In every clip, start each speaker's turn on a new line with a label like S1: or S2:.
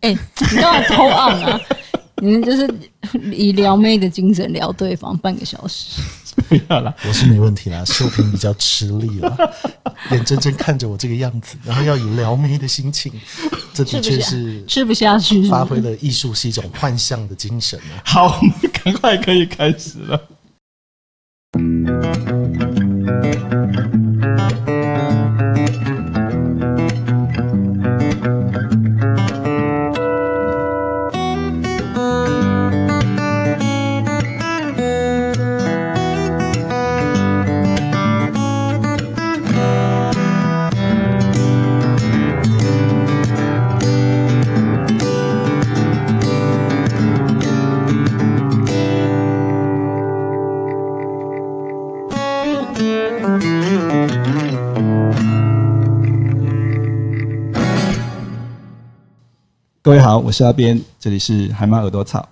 S1: 哎、你干嘛偷暗 啊？你们就是以撩妹的精神撩对方半个小时，
S2: 不要啦，
S3: 我是没问题啦， 秀萍比较吃力 啦，眼睁睁看着我这个样子，然后要以撩妹的心情，这的确是啊
S1: 吃不下去是
S3: 发
S1: 不
S3: 挥
S1: 是？
S3: 了艺术是一种幻象的精神啊。
S2: 好，我们赶快可以开始了。各位好，我是阿边，这里是海马耳朵草。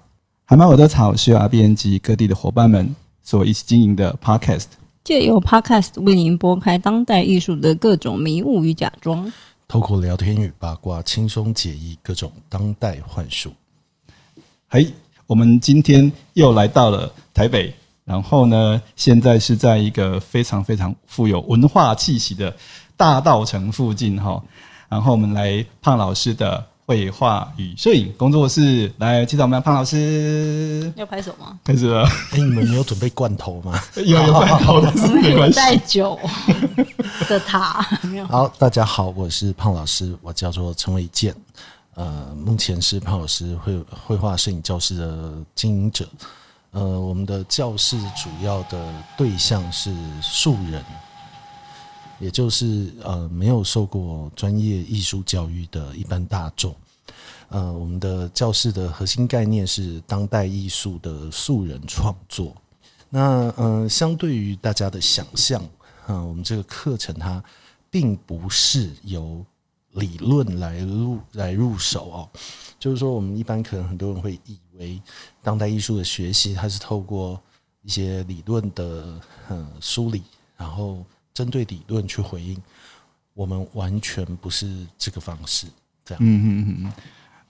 S2: 海马耳朵草是由阿边及各地的伙伴们所一起经营的 podcast。
S1: 借由 Podcast 为您拨开当代艺术的各种迷雾与假装。
S3: 透过聊天与八卦，轻松解译各种当代幻术。
S2: 嘿，我们今天又来到了台北，然后呢，现在是在一个非常非常富有文化气息的大道城附近哈。然后我们来胖老师的绘画与摄影工作室，来介绍我们的胖老师，
S1: 要拍手吗？
S2: 开始了。
S3: 哎、你们没有准备罐头吗？
S2: 有有罐头，但是没关系。
S1: 带酒的塔没有。
S3: 好，大家好，我是胖老师，我叫做陈伟健，呃，目前是胖老师绘绘画摄影教室的经营者。呃，我们的教室主要的对象是素人，也就是呃没有受过专业艺术教育的一般大众。呃，我们的教室的核心概念是当代艺术的素人创作。那呃，相对于大家的想象，啊、我们这个课程它并不是由理论来入来入手哦。就是说，我们一般可能很多人会以为当代艺术的学习，它是透过一些理论的呃梳理，然后针对理论去回应。我们完全不是这个方式，这样。
S2: 嗯嗯嗯嗯。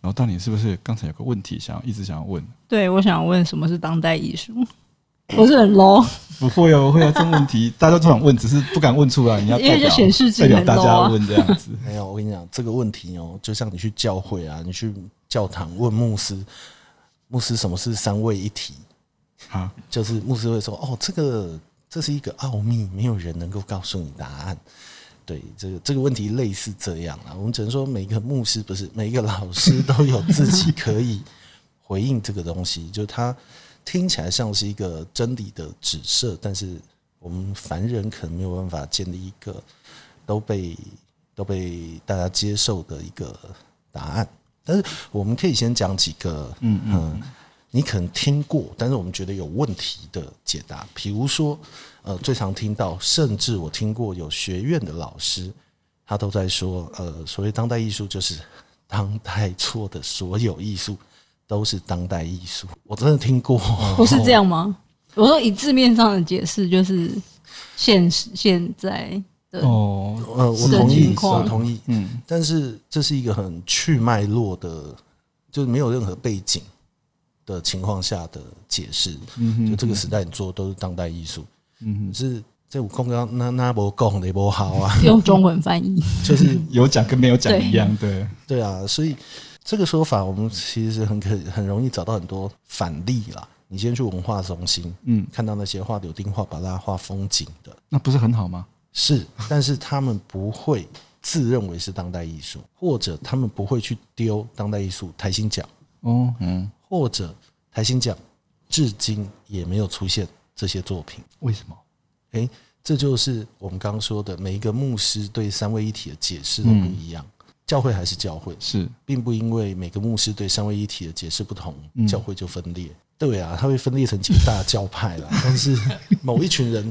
S2: 然后，到底是不是刚才有个问题想要一直想要问？
S1: 对，我想问什么是当代艺术？我是很 low，
S2: 不会哦，会啊，这种问题大家都想问，只是不敢问出来。你要
S1: 因为
S2: 代表
S1: 这显示自
S2: 代
S1: 己
S2: 表
S1: 很
S2: 大
S1: low
S2: 家
S1: 啊
S2: 问这样子。
S3: 没哎有，我跟你讲这个问题哦，就像你去教会啊，你去教堂问牧师，牧师什么是三位一体？
S2: 好，
S3: 就是牧师会说：“哦，这个这是一个奥秘，没有人能够告诉你答案。”对，这个这个问题类似这样啊，我们只能说每一个牧师不是每一个老师都有自己可以回应这个东西，就是它听起来像是一个真理的指涉，但是我们凡人可能没有办法建立一个都被都被大家接受的一个答案。但是我们可以先讲几个，嗯嗯，你可能听过，但是我们觉得有问题的解答，比如说，呃，最常听到，甚至我听过有学院的老师，他都在说，呃，所谓当代艺术就是当代做的所有艺术都是当代艺术，我真的听过，
S1: 不是这样吗？我说以字面上的解释，就是现实现在的
S2: 哦，
S3: 呃，我
S1: 是
S3: 同
S1: 情
S3: 意，
S1: 况
S3: 我同意，
S2: 嗯，
S3: 但是这是一个很去脉络的，就是没有任何背景的情况下的解释。就这个时代，你做的都是当代艺术。嗯，是这我刚刚那那波讲那波好 啊，
S1: 用中文翻译。
S3: 就是
S2: 有讲跟没有讲一样，对，
S3: 对啊，所以这个说法，我们其实很可很容易找到很多反例啦。你今天去文化中心，
S2: 嗯，
S3: 看到那些画柳丁、画巴拉、画风景的，
S2: 那不是很好吗？
S3: 是，但是他们不会自认为是当代艺术，或者他们不会去丢当代艺术台新奖。
S2: 哦，嗯，
S3: 或者台新奖，至今也没有出现这些作品。
S2: 为什么？
S3: 诶，这就是我们刚刚说的，每一个牧师对三位一体的解释都不一样。教会还是教会，
S2: 是
S3: 并不因为每个牧师对三位一体的解释不同
S2: 嗯，
S3: 教会就分裂。对啊，它会分裂成几大教派 啦。但是某一群人，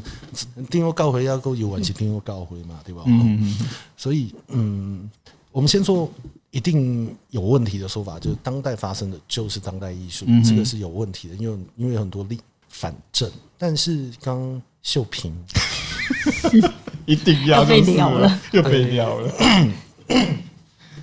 S3: 定欧教会要够有完是定欧教会嘛，对吧？
S2: 嗯嗯嗯
S3: 所以，嗯，我们先说一定有问题的说法，就是当代发生的就是当代艺术，
S2: 嗯哼
S3: 这个是有问题的，因为因为有很多例反证。但是刚秀萍，
S2: 一定要
S1: 又被
S2: 就是
S1: 聊了，
S2: 又被聊了。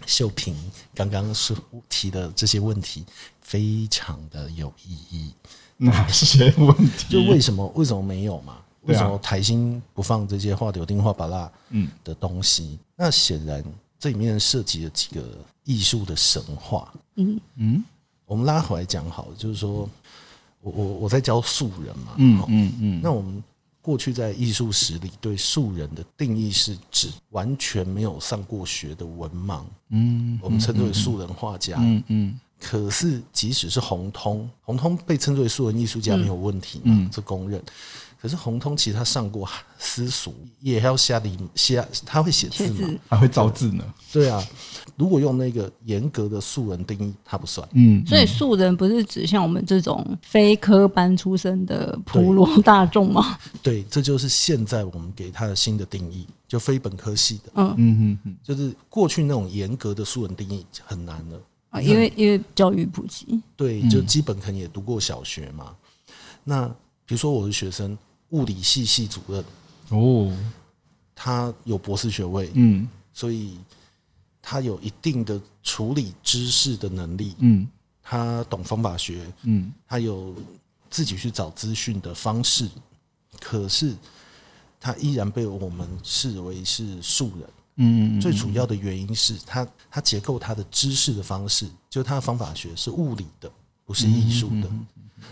S3: 秀萍刚刚所提的这些问题非常的有意义。
S2: 哪些问题？
S3: 就为什么为什么没有嘛？为
S2: 对啊
S3: 什么台新不放这些画柳丁、画巴拉
S2: 嗯
S3: 的东西？那显然这里面涉及了几个艺术的神话。
S1: 嗯
S2: 嗯
S3: 我们拉回来讲好了，就是说我我我在教素人嘛，
S2: 嗯
S3: 齁
S2: 嗯嗯，
S3: 那我们过去在艺术史里对素人的定义是指完全没有上过学的文盲，
S2: 嗯
S3: 我们称之为素人画家。
S2: 嗯嗯
S3: 可是，即使是红通，红通被称之为素人艺术家没有问题，
S2: 嗯
S3: 嗯，这公认。可是红通其实他上过私塾，也还要下里下，他会写字
S1: 确
S3: 嘛
S1: 实？
S2: 还会造字呢。
S3: 对啊，如果用那个严格的素人定义，他不算。
S2: 嗯，
S1: 所以素人不是指像我们这种非科班出身的普罗大众吗？
S3: 对，这就是现在我们给他的新的定义，就非本科系的，
S2: 嗯嗯嗯
S3: 就是过去那种严格的素人定义很难了。
S1: 啊，因为因为教育普及，
S3: 对，就基本可能也读过小学嘛。那比如说我的学生，物理系系主任，
S2: 哦
S3: 他有博士学位，
S2: 嗯
S3: 所以他有一定的处理知识的能力，
S2: 嗯
S3: 他懂方法学，
S2: 嗯
S3: 他有自己去找资讯的方式，可是他依然被我们视为是素人。
S2: 嗯
S3: 最主要的原因是他他结构他的知识的方式，就是他的方法学是物理的，不是艺术
S2: 嗯
S3: 的。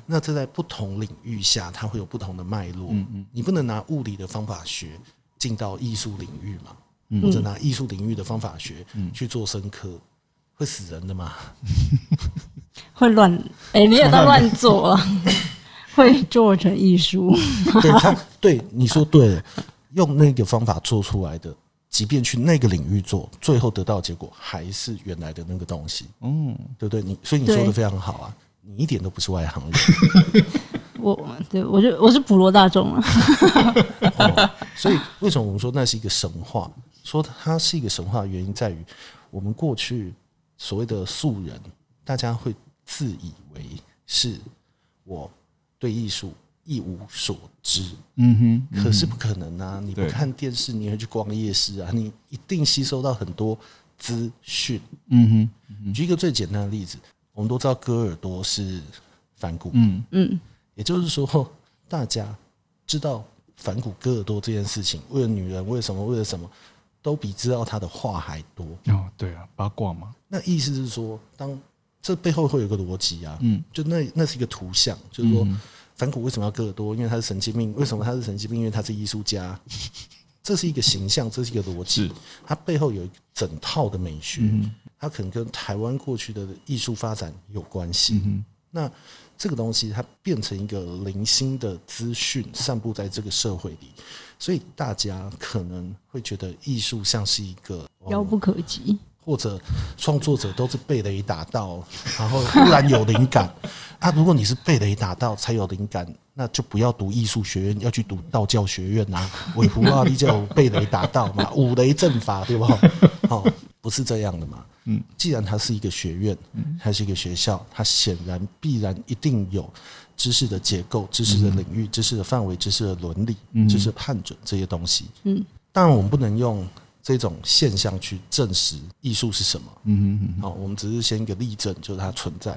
S3: 那这在不同领域下，它会有不同的脉络。
S2: 嗯
S3: 你不能拿物理的方法学进到艺术领域嘛，
S2: 嗯
S3: 或者拿艺术领域的方法学去做深科，会死人的嘛。
S1: 会乱，哎、没有到乱做了，会做成艺术。
S3: 对他，对你说对了，用那个方法做出来的，即便去那个领域做，最后得到的结果还是原来的那个东西。
S2: 嗯
S3: 对不对？你所以你说
S1: 对
S3: 的非常好啊，你一点都不是外行人，
S1: 我对我就我是普罗大众啊了，
S3: 哦所以为什么我们说那是一个神话？说它是一个神话，的原因在于我们过去所谓的素人，大家会自以为是我对艺术一无所知，
S2: 嗯哼，
S3: 可是不可能啊！你不
S2: 对
S3: 看电视，你会去逛夜市啊，你一定吸收到很多资讯。
S2: 嗯哼，
S3: 举一个最简单的例子，我们都知道戈尔多是梵谷，
S2: 嗯
S1: 嗯，
S3: 也就是说，大家知道反骨戈尔多这件事情，为了女人，为了什么，为了什么，都比知道他的话还多。
S2: 哦对啊，八卦嘛，
S3: 那意思是说，当这背后会有一个逻辑啊，
S2: 嗯，
S3: 就那那是一个图像，就是说，反骨为什么要戈尔多？因为他是神经病。为什么他是神经病？因为他是艺术 家。这是一个形象，这是一个逻辑
S2: 是，嗯
S3: 它背后有一整套的美学，它可能跟台湾过去的艺术发展有关
S2: 嗯
S3: 系。那这个东西它变成一个零星的资讯散布在这个社会里，所以大家可能会觉得艺术像是一个哦
S1: 遥不可及。
S3: 或者创作者都是被雷打到，然后忽然有灵感。 啊，如果你是被雷打到才有灵感，那就不要读艺术学院，要去读道教学院呐、啊。韦弗啊，你就有被雷打到嘛，五雷阵法对不？哦，不是这样的嘛。嗯，既然它是一个学院，它是一个学校，它显然必然一定有知识的结构、知识的领域、知识的范围、知识的伦理、知识的判准这些东西。当然，我们不能用这种现象去证实艺术是什么。
S2: 嗯哼
S3: 好，我们只是先一个例证，就是它存在。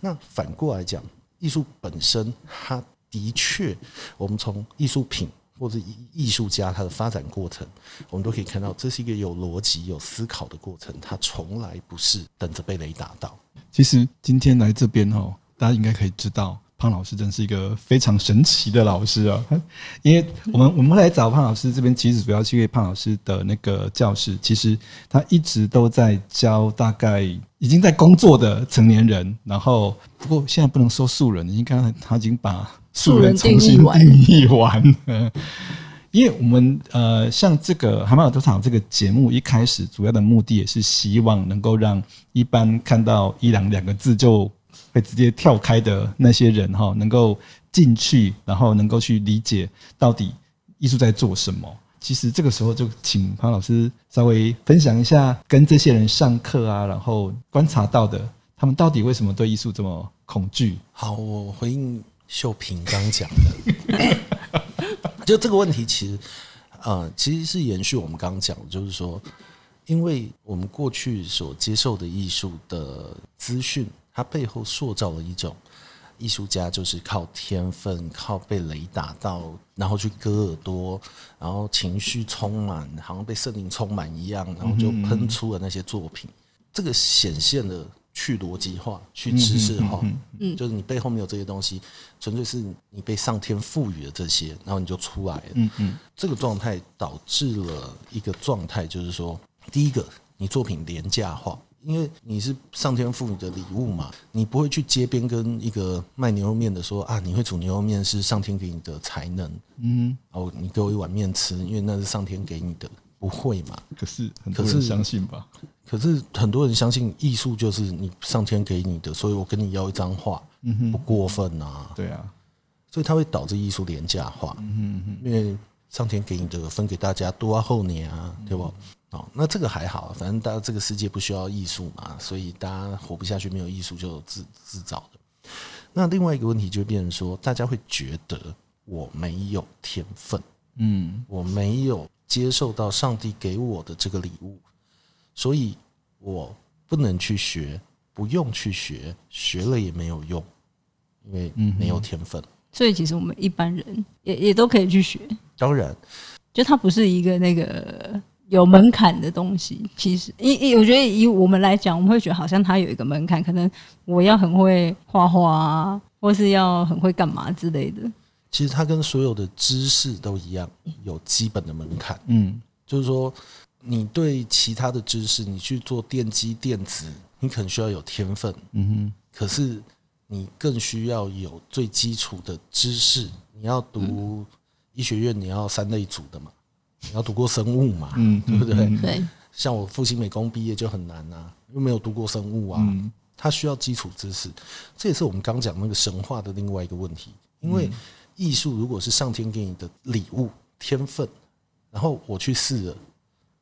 S3: 那反过来讲，艺术本身，它的确，我们从艺术品或者艺艺术家他的发展过程，我们都可以看到，这是一个有逻辑、有思考的过程，它从来不是等着被雷打到。
S2: 其实今天来这边哦，大家应该可以知道，胖老师真是一个非常神奇的老师啊。 因为我们我们来找胖老师这边，其实主要是因为胖老师的那个教室，其实他一直都在教大概已经在工作的成年人，然后不过现在不能说素人，你看他已经把素人重新
S1: 素人定义完
S2: 定义完了。因为我们呃，像这个《海马有多场》这个节目一开始主要的目的也是希望能够让一般看到“伊朗”两个字就会直接跳开的那些人哈，能够进去，然后能够去理解到底艺术在做什么。其实这个时候就请潘老师稍微分享一下，跟这些人上课啊，然后观察到的，他们到底为什么对艺术这么恐惧？
S3: 好，我回应秀萍刚讲的， 就这个问题，其实呃，其实是延续我们刚刚讲的，就是说因为我们过去所接受的艺术的资讯，它背后塑造了一种艺术家就是靠天分、靠被雷打到，然后去割耳朵，然后情绪充满，好像被圣灵充满一样，然后就喷出了那些作品。这个显现了去逻辑化、去知识化，嗯，就是你背后没有这些东西，纯粹是你被上天赋予了这些，然后你就出来了。
S2: 嗯嗯
S3: 这个状态导致了一个状态，就是说，第一个，你作品廉价化，因为你是上天赋予的礼物嘛，你不会去街边跟一个卖牛肉面的说啊，你会煮牛肉面是上天给你的才能，
S2: 嗯，
S3: 哦，你给我一碗面吃，因为那是上天给你的，不会嘛？
S2: 可是很多
S3: 可
S2: 人
S3: 是
S2: 相信吧？
S3: 可是很多人相信艺术就是你上天给你的，所以我跟你要一张画，不过分啊。
S2: 对啊，
S3: 所以它会导致艺术廉价化。因为上天给你的分给大家多啊后年啊，对不？哦，那这个还好，反正大家这个世界不需要艺术嘛，所以大家活不下去，没有艺术就自自找的。那另外一个问题就变成说，大家会觉得我没有天分，
S2: 嗯
S3: 我没有接受到上帝给我的这个礼物，所以我不能去学，不用去学，学了也没有用，因为没有天分。
S1: 所以其实我们一般人也也都可以去学，
S3: 当然，
S1: 就它不是一个那个有门槛的东西。其实，以以我觉得以我们来讲，我们会觉得好像它有一个门槛，可能我要很会画画啊，或是要很会干嘛之类的。
S3: 其实它跟所有的知识都一样，有基本的门槛，
S2: 嗯
S3: 就是说你对其他的知识，你去做电机、电子，你可能需要有天分，
S2: 嗯
S3: 可是你更需要有最基础的知识。你要读
S2: 嗯
S3: 医学院，你要三类组的嘛，你要读过生物嘛，
S2: 嗯
S3: 对不对？
S2: 嗯
S1: 对，
S3: 像我复兴美工毕业就很难啊，又没有读过生物啊，
S2: 嗯
S3: 它需要基础知识，这也是我们刚讲那个神话的另外一个问题。因
S2: 嗯
S3: 为艺术如果是上天给你的礼物、天分，然后我去试了，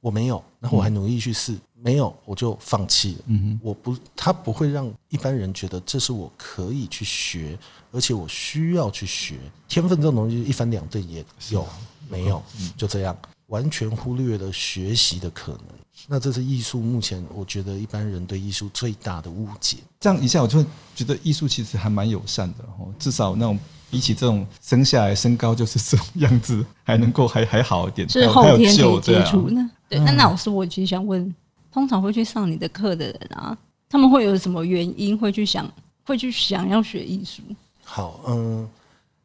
S3: 我没有，然后我还努力去试，没有我就放弃了。
S2: 嗯
S3: 我不，它不会让一般人觉得这是我可以去学，而且我需要去学。天分这种东西一翻两瞪眼，
S2: 啊
S3: 有没有
S2: 嗯
S3: 就这样，完全忽略了学习的可能。那这是艺术目前我觉得一般人对艺术最大的误解。
S2: 这样一下，我就会觉得艺术其实还蛮友善的哦。至少那种比起这种生下来身高就是这种样子，还能够还还好一点，
S1: 是
S2: 还
S1: 后
S2: 有还有
S1: 天可以
S2: 救对
S1: 接
S2: 啊
S1: 触呢。嗯对，那那老师，我其实想问，通常会去上你的课的人啊，他们会有什么原因会去想，会去想要学艺术？
S3: 好，嗯，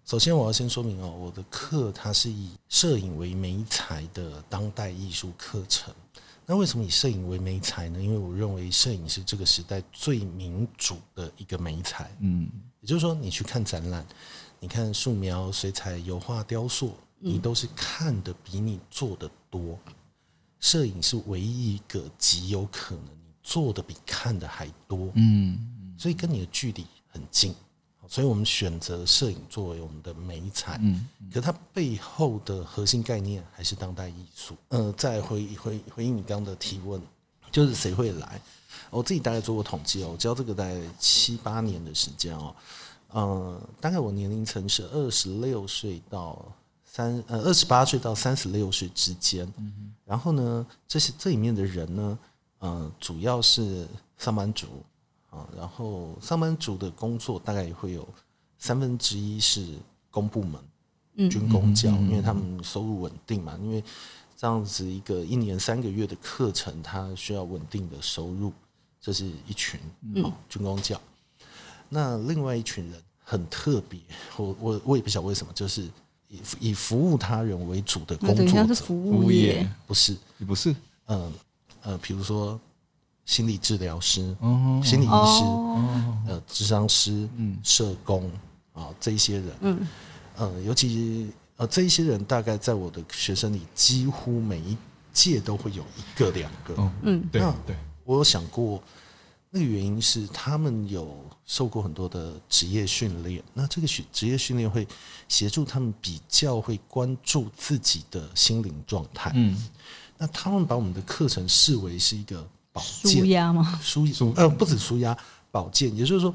S3: 首先我要先说明哦，我的课它是以摄影为媒材的当代艺术课程。那为什么以摄影为媒材呢？因为我认为摄影是这个时代最民主的一个媒材。
S2: 嗯
S3: 也就是说，你去看展览，你看素描、水彩、油画、雕塑，你
S2: 嗯
S3: 都是看的比你做的多。摄影是唯一一个极有可能你做的比看的还多。
S2: 嗯
S3: 所以跟你的距离很近，所以我们选择摄影作为我们的美彩。
S2: 嗯，
S3: 可它背后的核心概念还是当代艺术。呃，再回回回应你刚刚的提问，就是谁会来？我自己大概做过统计哦，我教这个大概七八年的时间哦，呃，大概我年龄层是二十六岁到三呃二十八岁到三十六岁之间，然后呢，这些这里面的人呢，呃，主要是上班族啊，然后上班族的工作大概也会有三分之一是公部门，
S1: 嗯
S3: 军工教，因为他们收入稳定嘛，因为这样子一个一年三个月的课程，他需要稳定的收入，这是一群
S1: 嗯
S3: 哦军工教。那另外一群人很特别，我我我也不晓得为什么，就是以以服务他人为主的
S1: 那
S3: 工
S1: 等于像
S3: 作
S1: 是
S3: 者，
S1: 服
S2: 服务
S1: 务
S2: 业
S1: 业，
S3: 不是
S2: 也不是
S3: 嗯呃，比如说心理治疗师、
S2: 哦
S3: 心理医师、
S1: 哦，
S3: 呃，智商师、社工啊、这一些人，嗯，呃，尤其呃这一些人，大概在我的学生里，几乎每一届都会有一个两个。
S2: 哦，嗯
S1: 嗯，
S2: 对
S3: 那
S2: 对，
S3: 我有想过，那个原因是他们有受过很多的职业训练，那这个训职业训练会协助他们比较会关注自己的心灵状态。
S2: 嗯
S3: 那他们把我们的课程视为是一个保
S1: 舒
S3: 健，
S1: 压吗？
S3: 舒
S2: 舒
S3: 呃不止舒压保健，也就是说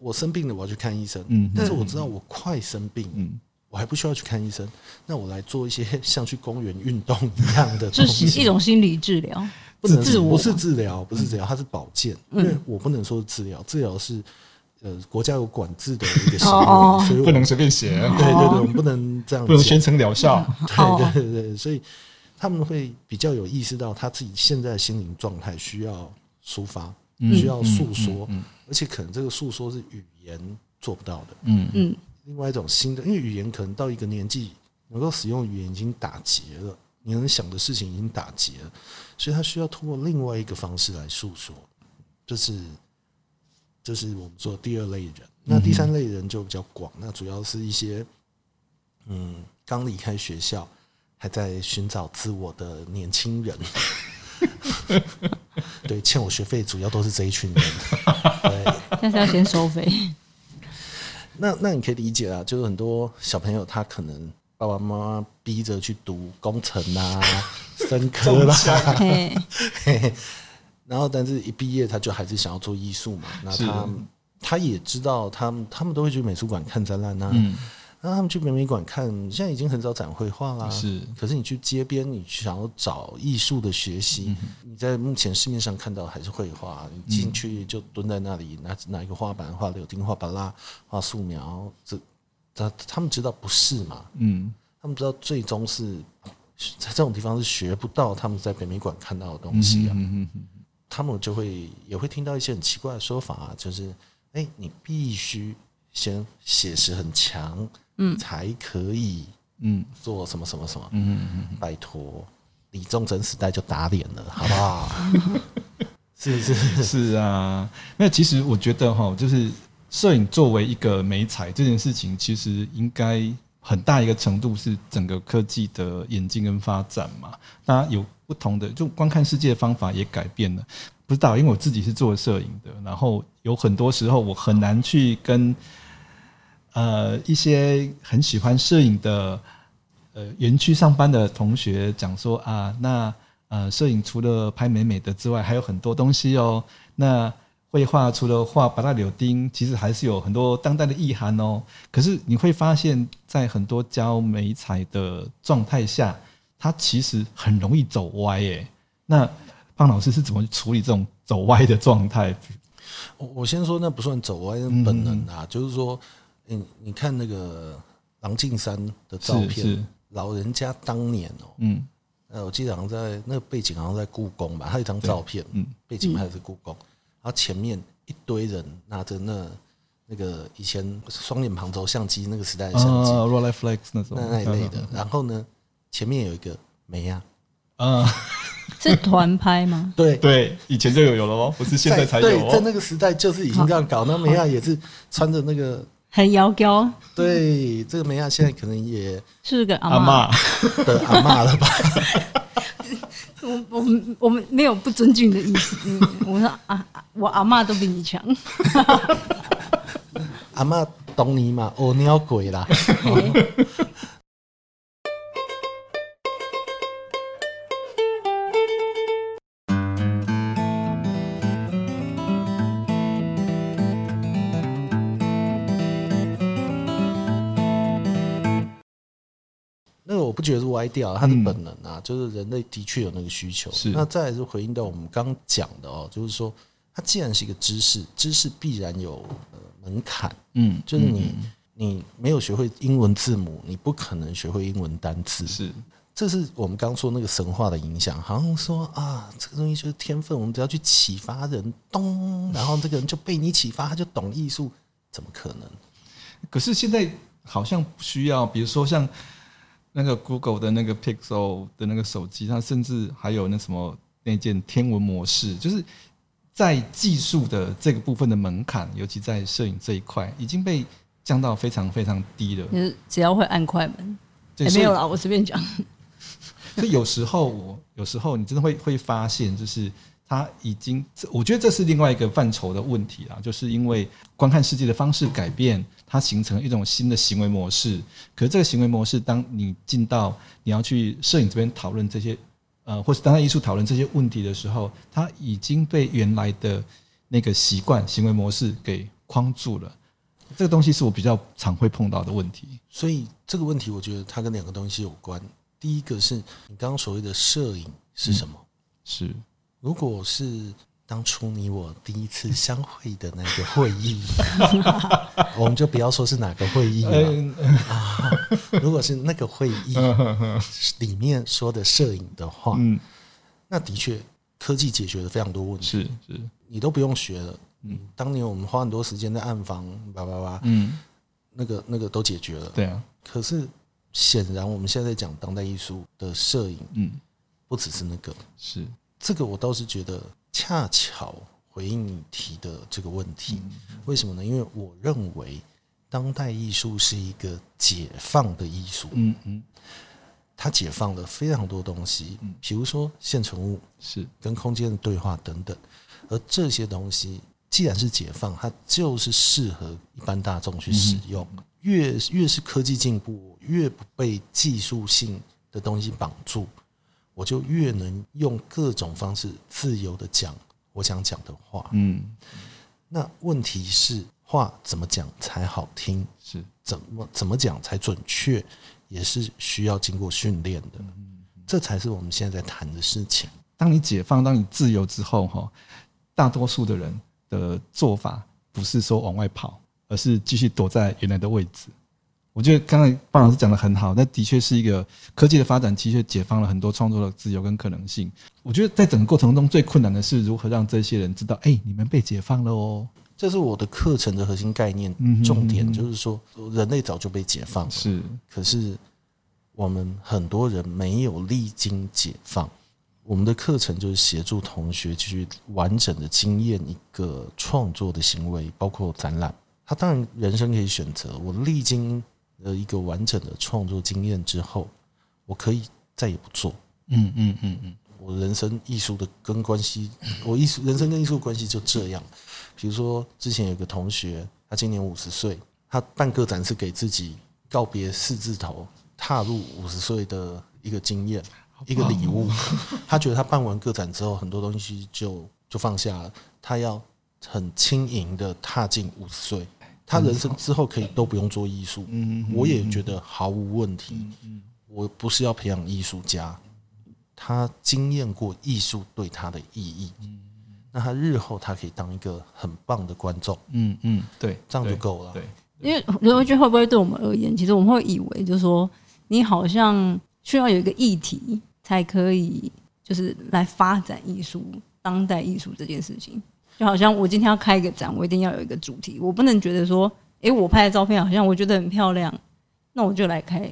S3: 我生病了我要去看医生，
S2: 嗯
S3: 但是我知道我快生病，
S2: 嗯
S3: 我还不需要去看医 生，那我来做一些像去公园运动一样的东
S1: 这是
S3: 西，
S1: 一种心理治疗，
S3: 不能
S1: 自我嗯
S3: 不是
S1: 嘛
S3: 治疗，不是治疗，它是保健。因为我不能说治疗，治疗是呃国家有管制的一个行
S1: 哦哦
S3: 为，所以我
S2: 不能随便写，
S3: 对对对，我们不能这样
S2: 不能
S3: 讲
S2: 宣称疗效。
S1: 哦
S3: 对对对对，所以他们会比较有意识到他自己现在的心灵状态需要抒发，
S2: 嗯
S3: 需要诉说，而且可能这个诉说是语言做不到的。
S2: 嗯
S1: 嗯
S3: 另外一种新的，因为语言可能到一个年纪能够使用语言已经打结了，你能想的事情已经打结了，所以他需要通过另外一个方式来诉说，就是这、是我们说第二类人。那第三类人就比较广，那主要是一些嗯刚离开学校还在寻找自我的年轻人。 对，欠我学费主要都是这一群人。对，
S1: 但是要先收费。
S3: 那那你可以理解啊，就是很多小朋友他可能爸爸妈妈逼着去读工程啊、生科啦，
S1: 嘿，
S3: 嘿嘿然后但是一毕业他就还是想要做艺术嘛，那
S2: 是
S3: 他他也知道他们他们都会去美术馆看展览啊，
S2: 嗯，
S3: 那他们去美美馆看，现在已经很少展绘画啦。
S2: 是
S3: 可是你去街边，你想要找艺术的学习，
S2: 嗯
S3: 你在目前市面上看到还是绘画，你进去就蹲在那里拿拿一个画板画柳丁、画板蜡、画素描，这他他们知道不是嘛？
S2: 嗯
S3: 他们知道最终是在这种地方是学不到他们在北美馆看到的东西啊。
S2: 嗯嗯
S3: 他们就会也会听到一些很奇怪的说法、啊，就是哎、你必须先写实很强，嗯，才可以
S2: 嗯
S3: 做什么什么什么。
S2: 嗯
S3: 拜托，李宗盛时代就打脸了，好不 好？是不是？
S2: 嗯，是啊。那其实我觉得哈，就是摄影作为一个美彩这件事情，其实应该很大一个程度是整个科技的演进跟发展嘛。那有不同的，就观看世界的方法也改变了。不知道，因为我自己是做摄影的，然后有很多时候我很难去跟呃一些很喜欢摄影的呃园区上班的同学讲说啊，那呃摄影除了拍美美的之外，还有很多东西哦。那绘画除了画八大柳丁，其实还是有很多当代的意涵哦。可是你会发现在很多教美彩的状态下，它其实很容易走歪耶。那胖老师是怎么去处理这种走歪的状态？
S3: 我我先说，那不算走歪，那本能啊，就是说，嗯，你看那个郎静山的照
S2: 是是
S3: 片，老人家当年哦、
S2: 嗯
S3: 呃，我记得好像在那个背景好像在故宫吧，他有一张照片，
S2: 嗯
S3: 背景拍的是故宫，然后前面一堆人拿着那那个以前双眼旁轴相机那个时代的
S2: 啊
S3: 相机，
S2: ，Rolleiflex 那种
S3: 那那一类
S2: 嗯
S3: 的，然后呢，前面有一个梅啊，
S2: 啊，
S1: 是团拍吗？
S3: 对，
S2: 对，以前就有有了哦，不是现在才有
S3: 对，在
S2: 哦。
S3: 那个时代就是已经这样搞，那梅亚也是穿着那个，
S1: 很摇高，
S3: 对，这个梅亚现在可能也
S1: 是个阿
S2: 阿
S1: 妈。
S2: 妈，
S3: 的阿嬷了吧？
S1: 我我们我们没有不尊敬的意思。嗯，我说啊，啊我阿妈都比你强。
S3: 阿嬷懂你嘛？哦，你要鬼啦！
S1: 嘿
S3: 那个我不觉得是歪掉，它是本能啊，就是人类的确有那个需求。
S2: 嗯是
S3: 那再来是回应到我们刚讲的哦，就是说，它既然是一个知识，知识必然有呃门槛，
S2: 嗯，
S3: 就是
S2: 嗯
S3: 你、你没有学会英文字母，你不可能学会英文单词。
S2: 是
S3: 这是我们刚说那个神话的影响，好像说啊，这个东西就是天分，我们只要去启发人，咚，然后这个人就被你启发，他就懂艺术，怎么可能？
S2: 可是现在好像不需要，比如说像那个 Google 的那个 Pixel 的那个手机，它甚至还有那什么那件天文模式，就是在技术的这个部分的门槛，尤其在摄影这一块，已经被降到非常非常低了。
S1: 就是只要会按快门，嗯
S2: 对，
S1: 哎
S2: 所
S1: 没
S2: 以
S1: 有啦，我随便讲。
S2: 所以有时候我有时候你真的会会发现，就是他已经，这我觉得这是另外一个范畴的问题啦，就是因为观看世界的方式改变，它形成一种新的行为模式。可是这个行为模式，当你进到你要去摄影这边讨论这些，呃，或是当代艺术讨论这些问题的时候，它已经被原来的那个习惯行为模式给框住了。这个东西是我比较常会碰到的问题。
S3: 所以这个问题，我觉得它跟
S2: 嗯
S3: 两个东西有关。第一个是你刚刚所谓的摄影是什么？
S2: 是，
S3: 如果是当初你我第一次相会的那个会 议，我们就不要说是哪个会议了。
S2: 嗯
S3: 如果是那个会议里面说的摄影的话，
S2: 嗯，
S3: 那的确科技解决了非常多问题，
S2: 是是，
S3: 你都不用学了。嗯，当年我们花很多时间在暗房，叭叭叭，
S2: 嗯，
S3: 那个那个都解决了。
S2: 对啊，
S3: 可是显然我们现在讲当代艺术的摄影，
S2: 嗯，
S3: 不只是那个，
S2: 是，
S3: 这个我倒是觉得恰巧回应你提的这个问题，为什么呢？因为我认为当代艺术是一个解放的艺术，
S2: 嗯嗯，
S3: 它解放了非常多东西，比如说现成物
S2: 是
S3: 跟空间的对话等等，而这些东西既然是解放，它就是适合一般大众去使用。越越是科技进步，越不被技术性的东西绑住，我就越能用各种方式自由的讲我想讲的话。
S2: 嗯
S3: 那问题是话怎么讲才好听？
S2: 是
S3: 怎么怎么讲才准确，也是需要经过训练的。这才是我们现在在谈的事情。
S2: 当你解放、当你自由之后，哈，大多数的人的做法不是说往外跑，而是继续躲在原来的位置。我觉得刚才方老师讲的很好，那的确是一个科技的发展，的确解放了很多创作的自由跟可能性。我觉得在整个过程中最困难的是如何让这些人知道，哎、你们被解放了哦。
S3: 这是我的课程的核心概念
S2: 嗯哼，
S3: 重点就是说，人类早就被解放了，
S2: 是，
S3: 可是我们很多人没有历经解放。我们的课程就是协助同学去完整的经验一个创作的行为，包括展览。他当然人生可以选择，我历经了一个完整的创作经验之后，我可以再也不做，
S2: 嗯嗯嗯嗯，
S3: 我人生艺术的跟关系，我艺术人生跟艺术关系就这样。比如说，之前有个同学，他今年五十岁，他办个展是给自己告别四字头，踏入五十岁的一个经验，一个礼物。他觉得他办完个展之后，很多东西就就放下了，他要很轻盈的踏进五十岁。他人生之后可以都不用做艺术，
S2: 嗯
S3: 我也觉得毫无问题。我不是要培养艺术家，他经验过艺术对他的意义，那他日后他可以当一个很棒的观众，
S2: 嗯嗯，对，
S3: 这样就
S2: 对
S3: 够了。
S2: 对，
S1: 因为刘文君会不会对我们而言，其实我们会以为，就是说你好像需要有一个议题才可以，就是来发展艺术、当代艺术这件事情。就好像我今天要开一个展，我一定要有一个主题，我不能觉得说，诶、我拍的照片好像我觉得很漂亮，那我就来开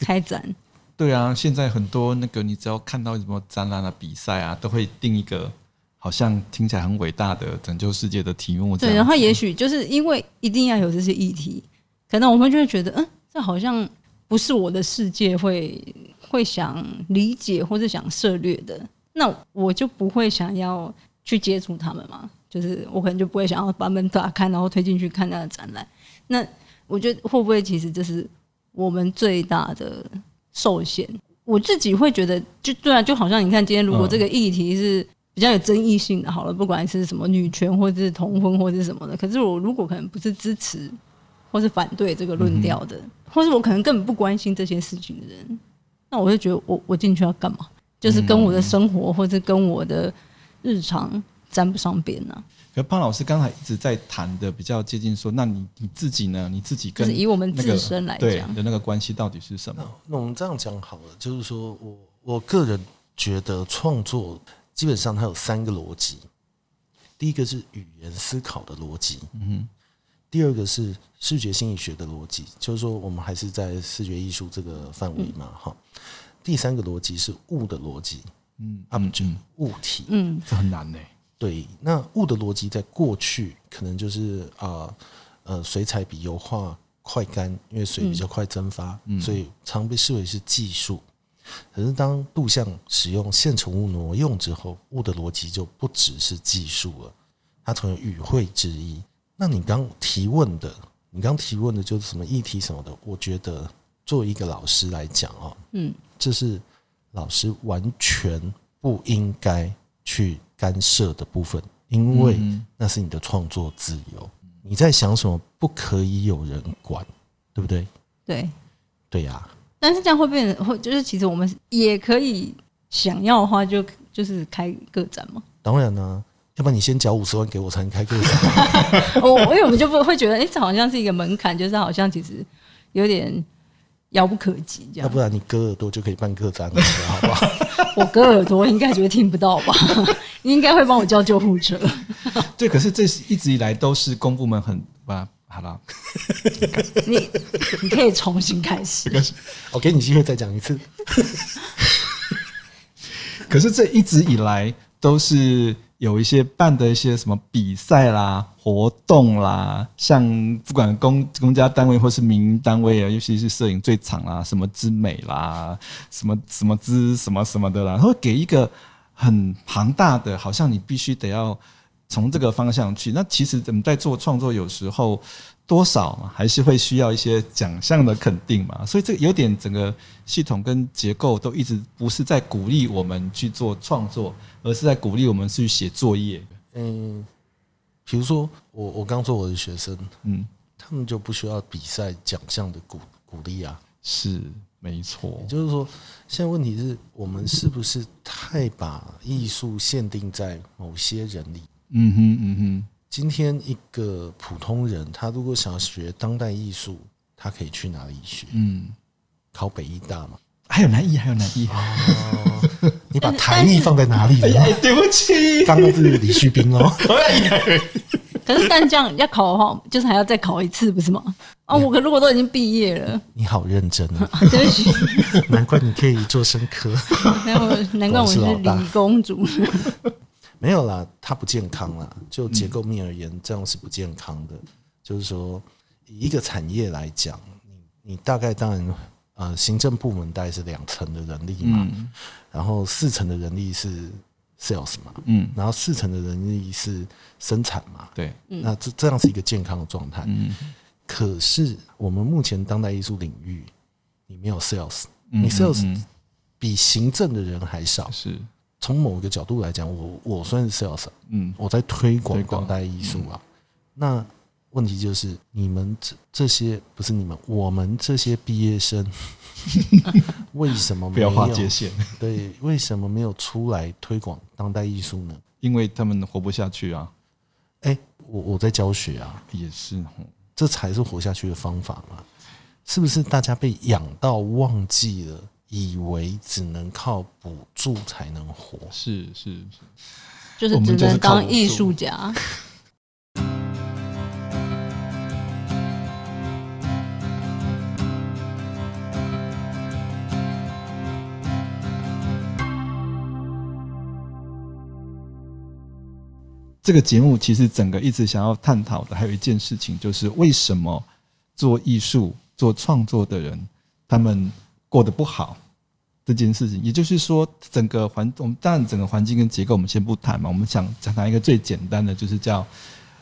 S1: 开展。
S2: 对啊，现在很多那个，你只要看到什么展览啊、比赛啊，都会定一个好像听起来很伟大的拯救世界的题目这样。
S1: 对，然后也许就是因为一定要有这些议题，可能我们就会觉得，嗯，这好像不是我的世界会会想理解或者想涉略的，那我就不会想要去接触他们嘛。就是我可能就不会想要把门打开，然后推进去看他的展览。那我觉得会不会其实这是我们最大的受限？我自己会觉得，就对啊，就好像你看今天如果
S2: 嗯
S1: 这个议题是比较有争议性的，好了，不管是什么女权或者是同婚或者是什么的，可是我如果可能不是支持或是反对这个论调的，或是我可能根本不关心这些事情的人，那我就觉得我我进去要干嘛？就是跟我的生活或者跟我的日常沾不上边呐、啊。
S2: 可胖老师刚才一直在谈的比较接近说，那你你自己呢？你自己
S1: 就
S2: 跟
S1: 是以我们
S2: 那个
S1: 自身来
S2: 对
S1: 讲，
S2: 的那个关系到底是什么？
S3: 那我们这样讲好了，就是说我我个人觉得创作基本上它有三个逻辑，第一个是语言思考的逻辑，
S2: 嗯
S3: 第二个是视觉心理学的逻辑，就是说我们还是在视觉艺术这个范围嘛，哈、第三个逻辑是物的逻辑，
S2: 嗯
S3: 啊不
S2: 嗯嗯，
S3: 物体，
S1: 嗯，
S2: 这很难呢、
S3: 对，那物的逻辑在过去可能就是啊呃水彩比油画快干，因为水比较快蒸发，所以常被视为是技术。可是当杜象使用现成物挪用之后，物的逻辑就不只是技术了，它成为语汇之一。那你刚提问的，你刚提问的就是什么议题什么的，我觉得作为一个老师来讲啊、
S1: 嗯，
S3: 这是老师完全不应该去干涉的部分，因为
S2: 嗯
S3: 那是你的创作自由。你在想什么，不可以有人管，对不对？
S1: 对。
S3: 对呀、
S1: 但是这样会变成会，就是其实我们也可以想要的话就就是开个展嘛。
S3: 当然呢、要不然你先缴五十万给我才能开个展。
S1: 哦我因为我们就不会觉得，哎、这好像是一个门槛，就是好像其实有点遥不可及这
S3: 要
S1: 样
S3: 不。然你割耳朵就可以办个展了，好 不好？
S1: 我割耳朵应该觉得听不到吧？ 你应该会帮我叫救护车。
S2: 对，可是这是一直以来都是公部门很啊，好了，
S1: 你你可以重新开始。
S3: 我给你机会再讲一次。
S2: 可是这一直以来都是有一些办的一些什么比赛啦、活动啦，像不管公公家单位或是民营单位啊，尤其是摄影最场啦、什么之美啦、什么什么之什么什么的啦，会给一个很庞大的，好像你必须得要从这个方向去。那其实我们在做创作，有时候多少嘛，还是会需要一些奖项的肯定嘛。所以这有点整个系统跟结构都一直不是在鼓励我们去做创作，而是在鼓励我们去写作业。
S3: 嗯，比如说我我刚说我的学生，
S2: 嗯，
S3: 他们就不需要比赛奖项的鼓鼓励啊。
S2: 是没错
S3: 也，就是说，现在问题是我们是不是太把艺术限定在某些人里？
S2: 嗯哼嗯哼，
S3: 今天一个普通人，他如果想要学当代艺术，他可以去哪里学？
S2: 嗯，
S3: 考北艺大嘛？
S2: 还有南艺，还有南艺，
S3: 你把台艺放在哪里了？
S2: 哎 对不起，
S3: 刚刚是李旭斌哦，
S1: 可是但这样要考的话，就是还要再考一次，不是吗？啊，我可如果都已经毕业了，
S3: 你好认真 哦，
S1: 啊对不起，
S3: 难怪你可以做生科。
S1: 难怪我难怪我是
S3: 果然是老大
S1: 李公主。
S3: 没有啦，它不健康啦。就结构面而言，这样是不健康的。就是说，以一个产业来讲，你你大概当然，呃，行政部门大概是两层的人力嘛，
S2: 嗯
S3: 然后四层的人力是 sales 嘛，
S2: 嗯，
S3: 然后四层的人力是生产嘛。
S2: 对，
S3: 那这这样是一个健康的状态。
S2: 嗯
S3: 可是我们目前当代艺术领域，你没有 sales，
S2: 嗯
S3: 你 sales
S2: 嗯
S3: 比行政的人还少。
S2: 是，
S3: 从某个角度来讲，我我算是 sales，啊
S2: 嗯
S3: 我在推广
S2: 推广嗯
S3: 当代艺术啊。那问题就是，你们这这些不是你们，我们这些毕 业生，为什么
S2: 不
S3: 没
S2: 要
S3: 有
S2: 划界限，
S3: 对，为什么没有出来推广当代艺术呢？
S2: 因为他们活不下去啊，
S3: 哎，我我在教学啊，
S2: 也是哦，
S3: 这才是活下去的方法嘛？是不是大家被养到忘记了，以为只能靠补助才能活？
S2: 是是是。
S1: 就是
S2: 我们
S1: 只
S2: 就是
S1: 能
S2: 靠
S1: 当艺
S2: 做
S1: 术家。
S2: 这个节目其实整个一直想要探讨的，还有一件事情，就是为什么做艺术、做创作的人，他们过得不好这件事情。也就是说，整个环，我们当然整个环境跟结构我们先不谈嘛，我们想讲谈一个最简单的，就是叫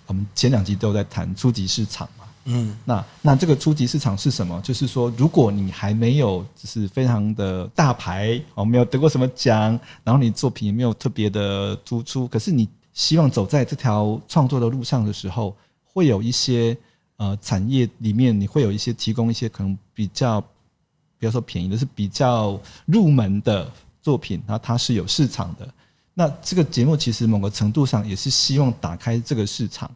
S2: 我们前两集都有在谈初级市场嘛。
S3: 嗯，
S2: 那那这个初级市场是什么？就是说，如果你还没有就是非常的大牌哦，没有得过什么奖，然后你作品也没有特别的突出，可是你希望走在这条创作的路上的时候，会有一些呃产业里面，你会有一些提供一些可能比较，比如说便宜的，是比较入门的作品，然后它是有市场的。那这个节目其实某个程度上也是希望打开这个市场。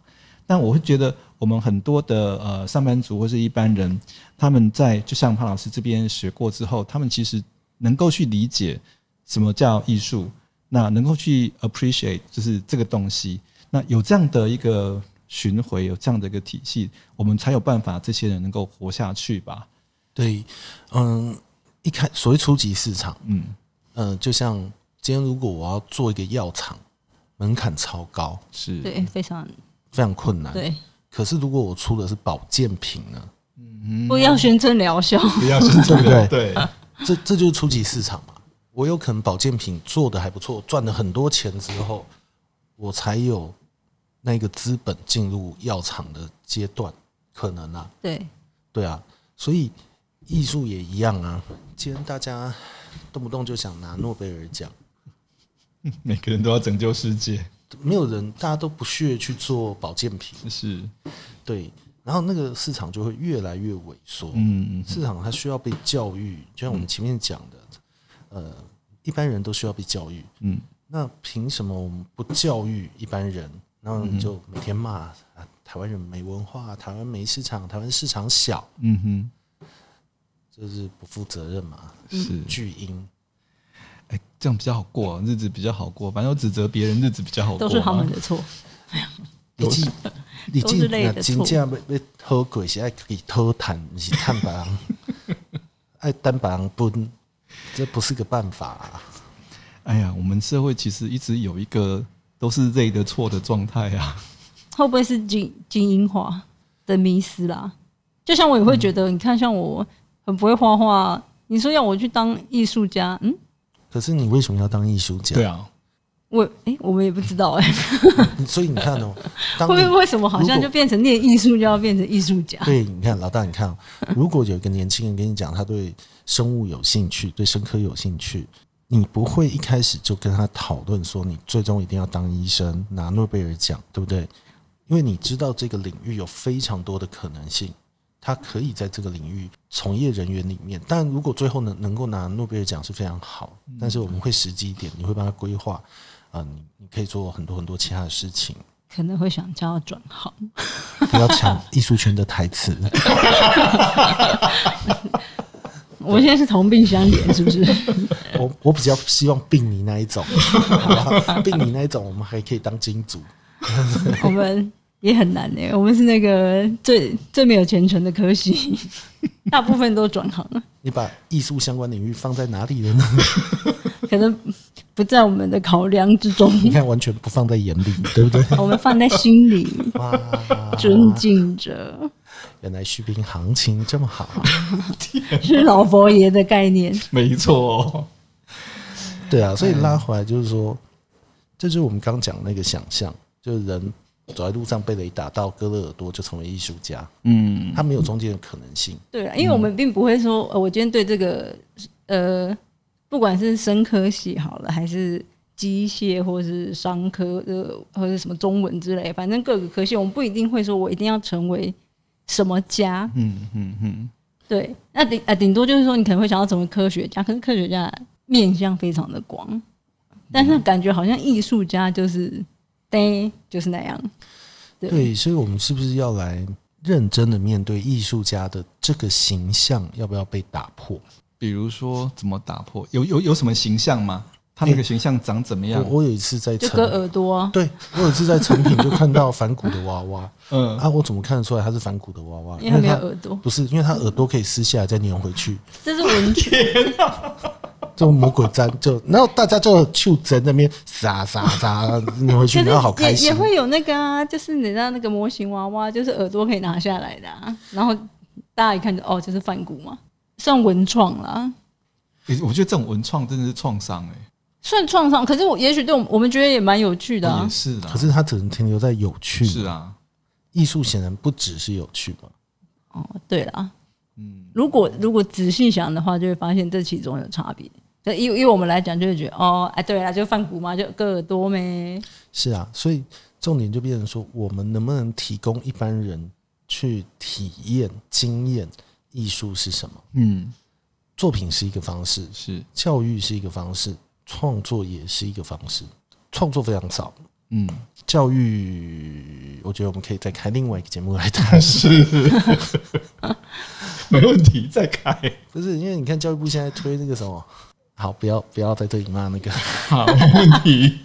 S2: 但我会觉得，我们很多的呃上班族或是一般人，他们在就像潘老师这边学过之后，他们其实能够去理解什么叫艺术，那能够去 appreciate 就是这个东西。那有这样的一个巡回，有这样的一个体系，我们才有办法这些人能够活下去吧？
S3: 对，嗯，一开所谓初级市场，
S2: 嗯，
S3: 嗯，就像今天如果我要做一个药厂，门槛超高，
S2: 是，
S1: 对，非常
S3: 非常困难。
S1: 对，
S3: 可是如果我出的是保健品呢？
S1: 不要宣称疗效。
S2: 不要是这
S3: 对不
S2: 个
S3: 对
S2: 对，
S3: 这这就是初级市场嘛。我有可能保健品做的还不错，赚了很多钱之后，我才有那个资本进入药厂的阶段，可能啊，
S1: 对，
S3: 对啊，所以艺术也一样啊。今天大家动不动就想拿诺贝尔奖，
S2: 每个人都要拯救世界，
S3: 没有人，大家都不屑去做保健品，
S2: 是，
S3: 对，然后那个市场就会越来越萎缩。
S2: 嗯嗯
S3: 市场它需要被教育，就像我们前面讲的，呃，一般人都需要被教育，
S2: 嗯，
S3: 那凭什么我们不教育一般人？然后你就每天骂啊，台湾人没文化，台湾没市场，台湾市场小，
S2: 嗯哼，
S3: 这是不负责任嘛？
S2: 是，
S3: 巨婴，
S2: 哎、这样比较好过，日子比较好过。反正我指责别人，日子比较好过。
S1: 都是他们的。错。
S3: 你进你
S1: 都是
S3: 进
S1: 类
S3: 那
S1: 的
S3: 真正要要偷鬼是爱给偷谈，不是探别人， 爱单别人分，这不是个办法、啊。
S2: 哎呀，我们社会其实一直有一个都是累的错的状态啊。
S1: 会不会是精精英化的迷失啦？就像我也会觉得，你看，像我很不会画画，你说要我去当艺术家，嗯，
S3: 可是你为什么要当艺术家？
S2: 啊，
S1: 我诶、我们也不知道诶、
S3: 所以你看 哦，当
S1: 会
S3: 你
S1: 不会为什么好像
S3: 如
S1: 就
S3: 果
S1: 变成念艺术就要变成艺术家？
S3: 对，你看老大，你看哦，如果有一个年轻人跟你讲他对生物有兴趣，对生科有兴趣，你不会一开始就跟他讨论说你最终一定要当医生，拿诺贝尔奖，对不对？因为你知道这个领域有非常多的可能性，他可以在这个领域从业人员里面。但如果最后能能够拿诺贝尔奖是非常好，但是我们会实际一点，你会帮他规划，啊、你你可以做很多很多其他的事情，
S1: 可能会想叫他转行，
S3: 不要抢艺术圈的台词。
S1: 我现在是同病相怜，是不 是？
S3: 我我比较希望病你那一种，好吧病你那一种，我们还可以当金主。
S1: 我们也很难诶、我们是那个最最没有前程的科系，大部分都转行了，
S3: 你把艺术相关领域放在哪里了呢？
S1: 可能不在我们的考量之中，
S3: 你看，完全不放在眼里，对不对？
S1: 我们放在心里。
S3: 哇，
S1: 尊敬着，
S3: 原来续兵行情这么好、啊。
S1: 是老佛爷的概念。
S2: 没错。哦
S3: 对啊，所以拉回来就是说，这就是我们刚讲那个想象，就是人走在路上被雷打到割了耳朵就成为艺术家，
S2: 嗯，
S3: 他没有中间的可能性。
S1: 对啊，因为我们并不会说，呃，我今天对这个，呃，不管是生科系好了，还是机械或是商科，呃，或者什么中文之类，反正各个科系，我们不一定会说我一定要成为什么家。
S2: 嗯嗯嗯，
S1: 对，那顶呃顶多就是说，你可能会想要成为科学家，可是科学家面向非常的广，但是感觉好像艺术家就是，对，就是那样。对
S3: 对，所以我们是不是要来认真的面对艺术家的这个形象，要不要被打破？
S2: 比如说怎么打破？有有有什么形象吗？他那个形象长怎么样？
S3: 我我有一次在
S1: 就割
S3: 成，
S1: 耳朵啊、
S3: 对我有一次在成品就看到反骨的娃娃
S2: 嗯，
S3: 啊，我怎么看得出来它是反骨的娃娃？
S1: 因为没有
S3: 它
S1: 耳朵，
S3: 不是，因为它耳朵可以撕下来再粘回去，
S1: 这是文具。
S3: 这种魔鬼粘就，然后大家就就在那边撒撒撒粘回去，
S1: 可
S3: 然后好
S1: 是也
S3: 开
S1: 也
S3: 心。
S1: 会有那个啊，就是你知道那个模型娃娃，就是耳朵可以拿下来的、啊，然后大家一看就哦，这是梵谷嘛，算文创啦，
S2: 诶我觉得这种文创真的是创伤哎，
S1: 算创伤。可是我也许对我们我们觉得也蛮有趣的、
S2: 也
S1: 啊，
S2: 是啦，
S3: 可是它只能停留在有趣，
S2: 是，啊，
S3: 艺术显然不只是有趣嘛。
S1: 哦，对啦，
S2: 嗯，
S1: 如果如果仔细想的话，就会发现这其中有差别。对，因为因为我们来讲，就会觉得哦，哎，对啦，就梵谷嘛，就割耳朵呗。
S3: 是啊，所以重点就变成说，我们能不能提供一般人去体验、经验艺术是什么？
S2: 嗯，
S3: 作品是一个方式，
S2: 是，
S3: 教育是一个方式，创作也是一个方式。创作非常少，
S2: 嗯，
S3: 教育我觉得我们可以再开另外一个节目 来谈。
S2: 没问题，再开。
S3: 不是因为你看教育部现在推那个什么，好，不要不要在这里骂那个，
S2: 好，没问题。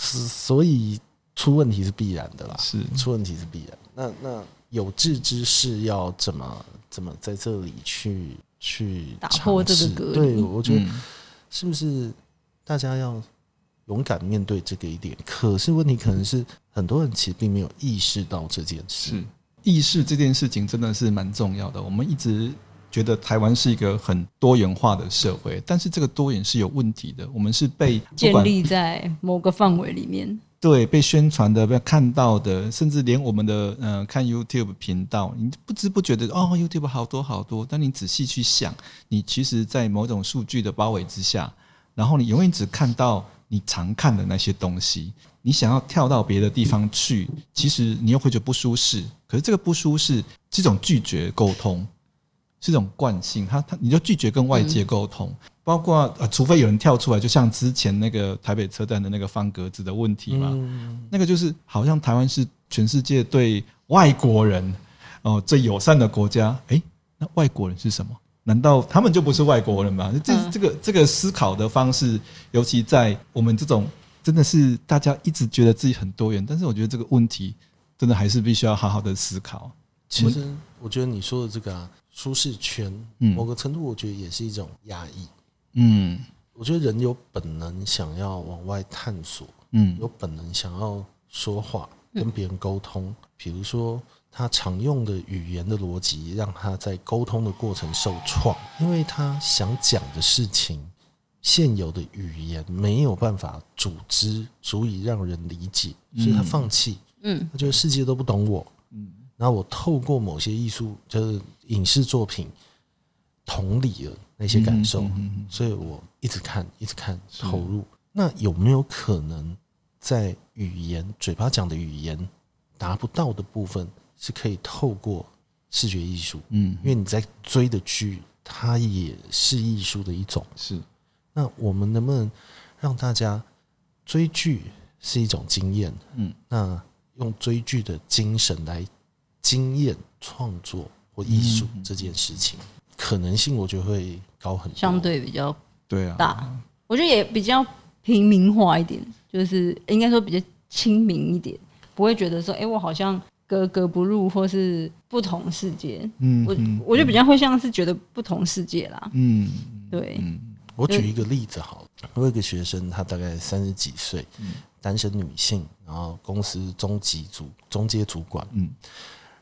S3: 是所以出问题是必然的啦，
S2: 是
S3: 出问题是必然。那那有志之士要怎么怎么在这里去去
S1: 打破这个
S3: 尝试
S1: 隔离
S3: 对，我觉得
S2: 嗯
S3: 是不是大家要勇敢面对这个一点？可是问题可能是很多人其实并没有意识到这件事。
S2: 是意识这件事情真的是蛮重要的。我们一直觉得台湾是一个很多元化的社会，但是这个多元是有问题的。我们是被不
S1: 建
S2: 管
S1: 立在某个范围里面，
S2: 对被宣传的、被看到的，甚至连我们的呃看 YouTube 频道，你不知不觉的哦，YouTube 好多好多。但你仔细去想，你其实，在某种数据的包围之下，然后你永远只看到你常看的那些东西。你想要跳到别的地方去，其实你又会觉得不舒适。可是这个不舒适是一种拒绝沟通，是一种惯性。它它你就拒绝跟外界沟通，包括呃，除非有人跳出来，就像之前那个台北车站的那个方格子的问题嘛，
S1: 嗯
S3: 嗯
S2: 那个就是好像台湾是全世界对外国人哦、最友善的国家。诶，那外国人是什么？难道他们就不是外国人吗？这、
S1: 嗯
S2: 这个这个思考的方式，尤其在我们这种真的是大家一直觉得自己很多元，但是我觉得这个问题真的还是必须要好好的思考。
S3: 其实我觉得你说的这个啊，舒适圈，
S2: 嗯
S3: 某个程度我觉得也是一种压抑。
S2: 嗯
S3: 我觉得人有本能想要往外探索，
S2: 嗯
S3: 有本能想要说话，跟别人沟通。比如说，他常用的语言的逻辑，让他在沟通的过程受创，因为他想讲的事情，现有的语言没有办法组织，足以让人理解，所以他放弃。
S1: 嗯
S3: 他觉得世界都不懂我。
S2: 嗯
S3: 然后我透过某些艺术，就是影视作品，同理了那些感受，
S2: 嗯嗯嗯嗯
S3: 所以我一直看，一直看，投入。那有没有可能在语言嘴巴讲的语言达不到的部分，是可以透过视觉艺术？
S2: 嗯
S3: 因，为你在追的剧，它也是艺术的一种。
S2: 是
S3: 那我们能不能让大家追剧是一种经验？
S2: 嗯，
S3: 那用追剧的精神来经验创作或艺术这件事情，可能性我觉得会高很多。
S1: 相对比较
S2: 对啊，
S1: 大，我觉得也比较平民化一点，就是应该说比较亲民一点，不会觉得说，哎、我好像格格不入或是不同世界。
S2: 嗯
S1: 我
S2: 嗯
S1: 我就比较会像是觉得不同世界啦，
S2: 嗯
S1: 对，
S2: 嗯
S3: 我举一个例子好了，我有一个学生，她大概三十几岁，单身女性，然后公司中级主中阶主管。
S2: 嗯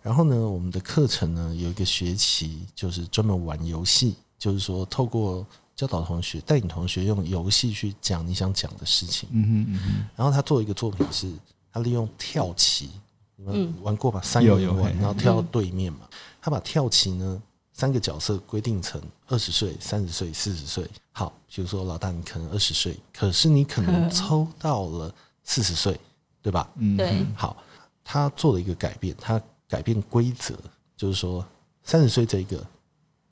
S3: 然后呢，我们的课程呢有一个学期就是专门玩游戏，就是说透过教导同学带领同学用游戏去讲你想讲的事情。
S2: 嗯哼嗯
S3: 然后他做一个作品是，他利用跳棋，你们玩过吧？三
S2: 有
S3: 个人
S2: 有
S3: 玩，
S2: 嘿
S3: 然后跳到对面嘛。他把跳棋呢三个角色规定成二十岁、三十岁、四十岁。好，比如说老大你可能二十岁，可是你可能抽到了四十岁，对吧？
S2: 嗯，
S1: 对，
S3: 好，他做了一个改变，他改变规则，就是说三十岁这一个，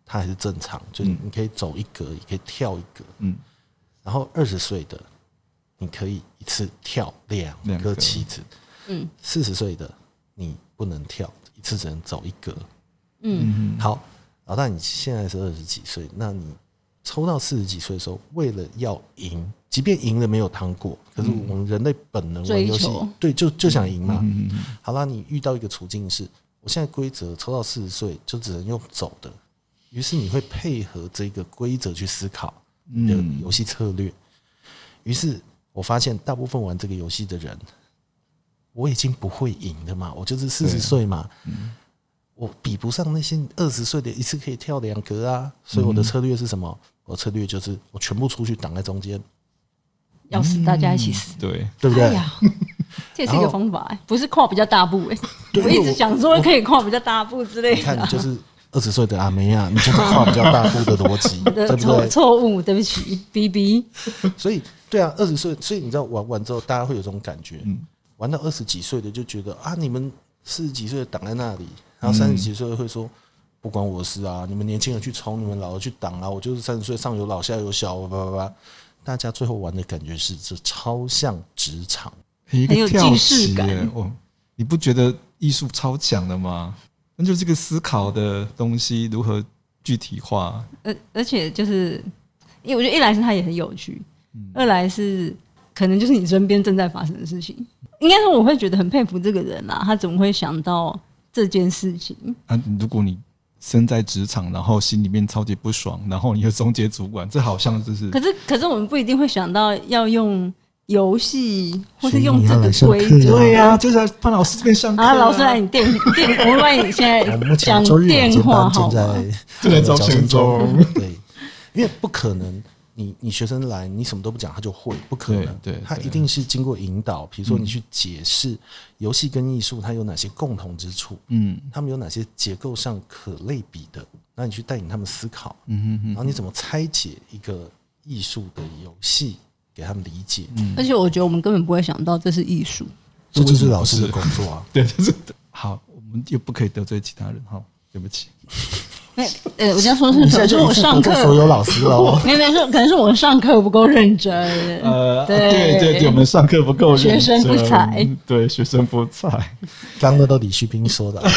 S3: 他还是正常，就是你可以走一格，也可以跳一格。
S2: 嗯
S3: 然后二十岁的，你可以一次跳两
S2: 两
S3: 个
S2: 个
S3: 棋子。
S1: 嗯
S3: 四十岁的你不能跳，一次只能走一格。
S1: 嗯
S2: 嗯
S3: 好，老啊大，你现在是二十几岁，那你抽到四十几岁的时候，为了要赢，即便赢了没有糖果，可是我们人类本能玩
S1: 追
S3: 游戏
S1: 求，
S3: 对，就就想赢嘛。
S2: 嗯
S3: 好啦，你遇到一个处境是，我现在规则抽到四十岁就只能用走的，于是你会配合这个规则去思考
S2: 嗯
S3: 你的游戏策略。于是我发现，大部分玩这个游戏的人，我已经不会赢的嘛，我就是四
S2: 啊
S3: 十岁嘛，我比不上那些二十岁的一次可以跳两格啊，所以我的策略是什么？我的策略就是我全部出去挡在中间，
S1: 要死大家一起死，
S2: 对，
S3: 嗯对不
S1: 哎
S3: 对？
S1: 呀，这也是一个方法、哎不是跨比较大步哎、我一直想说可以跨比较大步之类
S3: 你看，
S1: 的
S3: 你，就是二十岁的阿梅亚，你就是跨比较大步的逻辑，对
S1: 的
S3: 不
S1: 错
S3: 对？
S1: 错误，对不起，B B，
S3: 所以，对啊，二十岁，所以你知道玩完之后，大家会有这种感觉，玩到二十几岁的就觉得啊，你们四十几岁的挡在那里，然后三十几岁的会说。不关我的事啊！你们年轻人去冲，你们老的去挡啊！我就是三十岁，上有老下有小，叭叭叭叭。大家最后玩的感觉是，这超像职场。
S2: 一
S1: 很有
S2: 个跳
S1: 既视
S2: 棋
S1: 感
S2: 耶，哦，你不觉得艺术超强的吗？那就是这个思考的东西如何具体化？
S1: 而而且就是，因为我觉得一来是它也很有趣，
S3: 嗯
S1: 二来是可能就是你身边正在发生的事情。应该说我会觉得很佩服这个人啦，他怎么会想到这件事情？
S2: 啊，如果你身在职场，然后心里面超级不爽，然后你又终结主管，这好像就是
S1: 可是可是我们不一定会想到要用游戏或是用
S3: 所以你
S1: 这
S3: 要
S1: 个
S3: 来上
S1: 规
S3: 课
S1: 则
S3: 啊。
S2: 对呀、就是来潘老师这边上课
S1: 啊，老师来，你电电，我们帮你现
S3: 我
S1: 在
S3: 哎目
S1: 哎
S3: 前
S1: 讲
S3: 周日啊
S1: 电
S3: 晚间
S1: 话
S3: 班正
S1: 好吗？
S3: 在
S2: 正在招生中。
S3: 对，因为不可能，你你学生来，你什么都不讲，他就会，不可能。
S2: 对对
S3: 他
S2: 对嗯
S3: 一定是经过引导，比如说你去解释游戏跟艺术它有哪些共同之处，
S2: 嗯
S3: 他们有哪些结构上可类比的，那你去带领他们思考，
S2: 嗯嗯
S3: 然后你怎么拆解一个艺术的游戏，给他们理解。
S2: 嗯
S1: 而且我觉得我们根本不会想到这是艺术，
S3: 这就是老师的工作啊。
S2: 对，就是好，我们又不可以得罪其他人哈，对不起。
S1: 没，呃，我这样说是
S3: 你
S1: 可
S3: 现
S1: 能是
S3: 在就
S1: 我
S3: 一次
S1: 上
S3: 得罪所
S1: 课，
S3: 有老师了哦。
S1: 没有没有，是可能是我上课不够认真。
S2: 呃，
S1: 对
S2: 对对对，我们上课不够认真，
S1: 学生不才，
S2: 对学生不才。
S3: 刚刚都李旭斌说的 啊，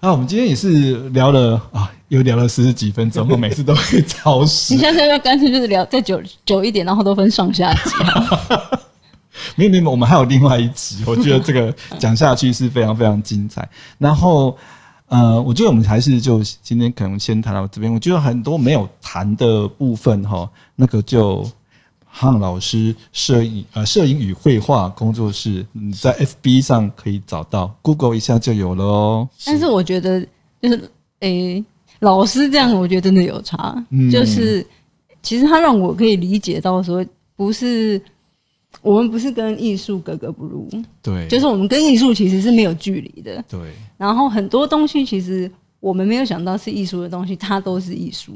S2: 那啊我们今天也是聊了啊，又聊了四十几分钟，我每次都会超
S1: 你
S2: 时。
S1: 下次要干脆就是聊再久久一点，然后都分上下集。
S2: 没有没有，我们还有另外一集，我觉得这个讲下去是非常非常精彩。然后呃，我觉得我们还是就今天可能先谈到这边，我觉得很多没有谈的部分哈，那个就。汉老师摄影呃摄影与绘画工作室，你在 FB 上可以找到，Google 一下就有了哦。
S1: 但是我觉得就是诶、老师这样，我觉得真的有差。
S2: 嗯
S1: 就是其实他让我可以理解到说，不是我们不是跟艺术格格不入，
S2: 对，
S1: 就是我们跟艺术其实是没有距离的。
S2: 对，
S1: 然后很多东西其实我们没有想到是艺术的东西，它都是艺术。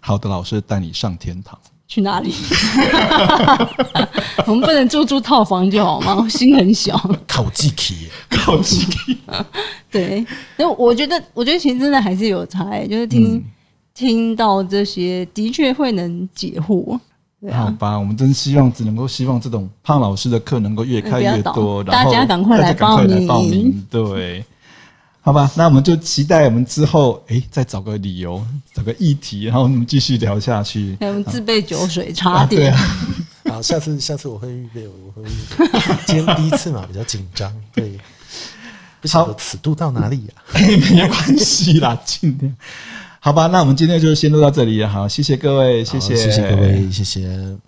S2: 好的老师带你上天堂。
S1: 去哪里？ 我们不能住住套房就好吗？我心很小。
S3: 考技题，
S2: 好奇，
S1: 对，那我觉得，我觉得其实真的还是有差、欸，就是
S2: 嗯
S1: 听、听到这些，的确会能解惑。对
S2: 好
S1: 啊，
S2: 吧，我们真希望只能够希望这种胖老师的课能够越开越多，
S1: 嗯不要倒
S2: 然后
S1: 大家赶快来报名
S2: 大家赶快来报名对，好吧，那我们就期待我们之后，诶，再找个理由，找个议题，然后我们继续聊下去。
S1: 还有自备酒水、茶
S2: 啊，对
S1: 点，
S2: 啊，
S3: 好，下次下次我会预备，我会预备。今天第一次嘛，比较紧张，对，不晓得尺度到哪里啊呀、
S2: 没关系啦，尽量。好吧，那我们今天就先录到这里，好，谢谢各位，
S3: 好
S2: 谢，
S3: 谢谢各位，谢谢。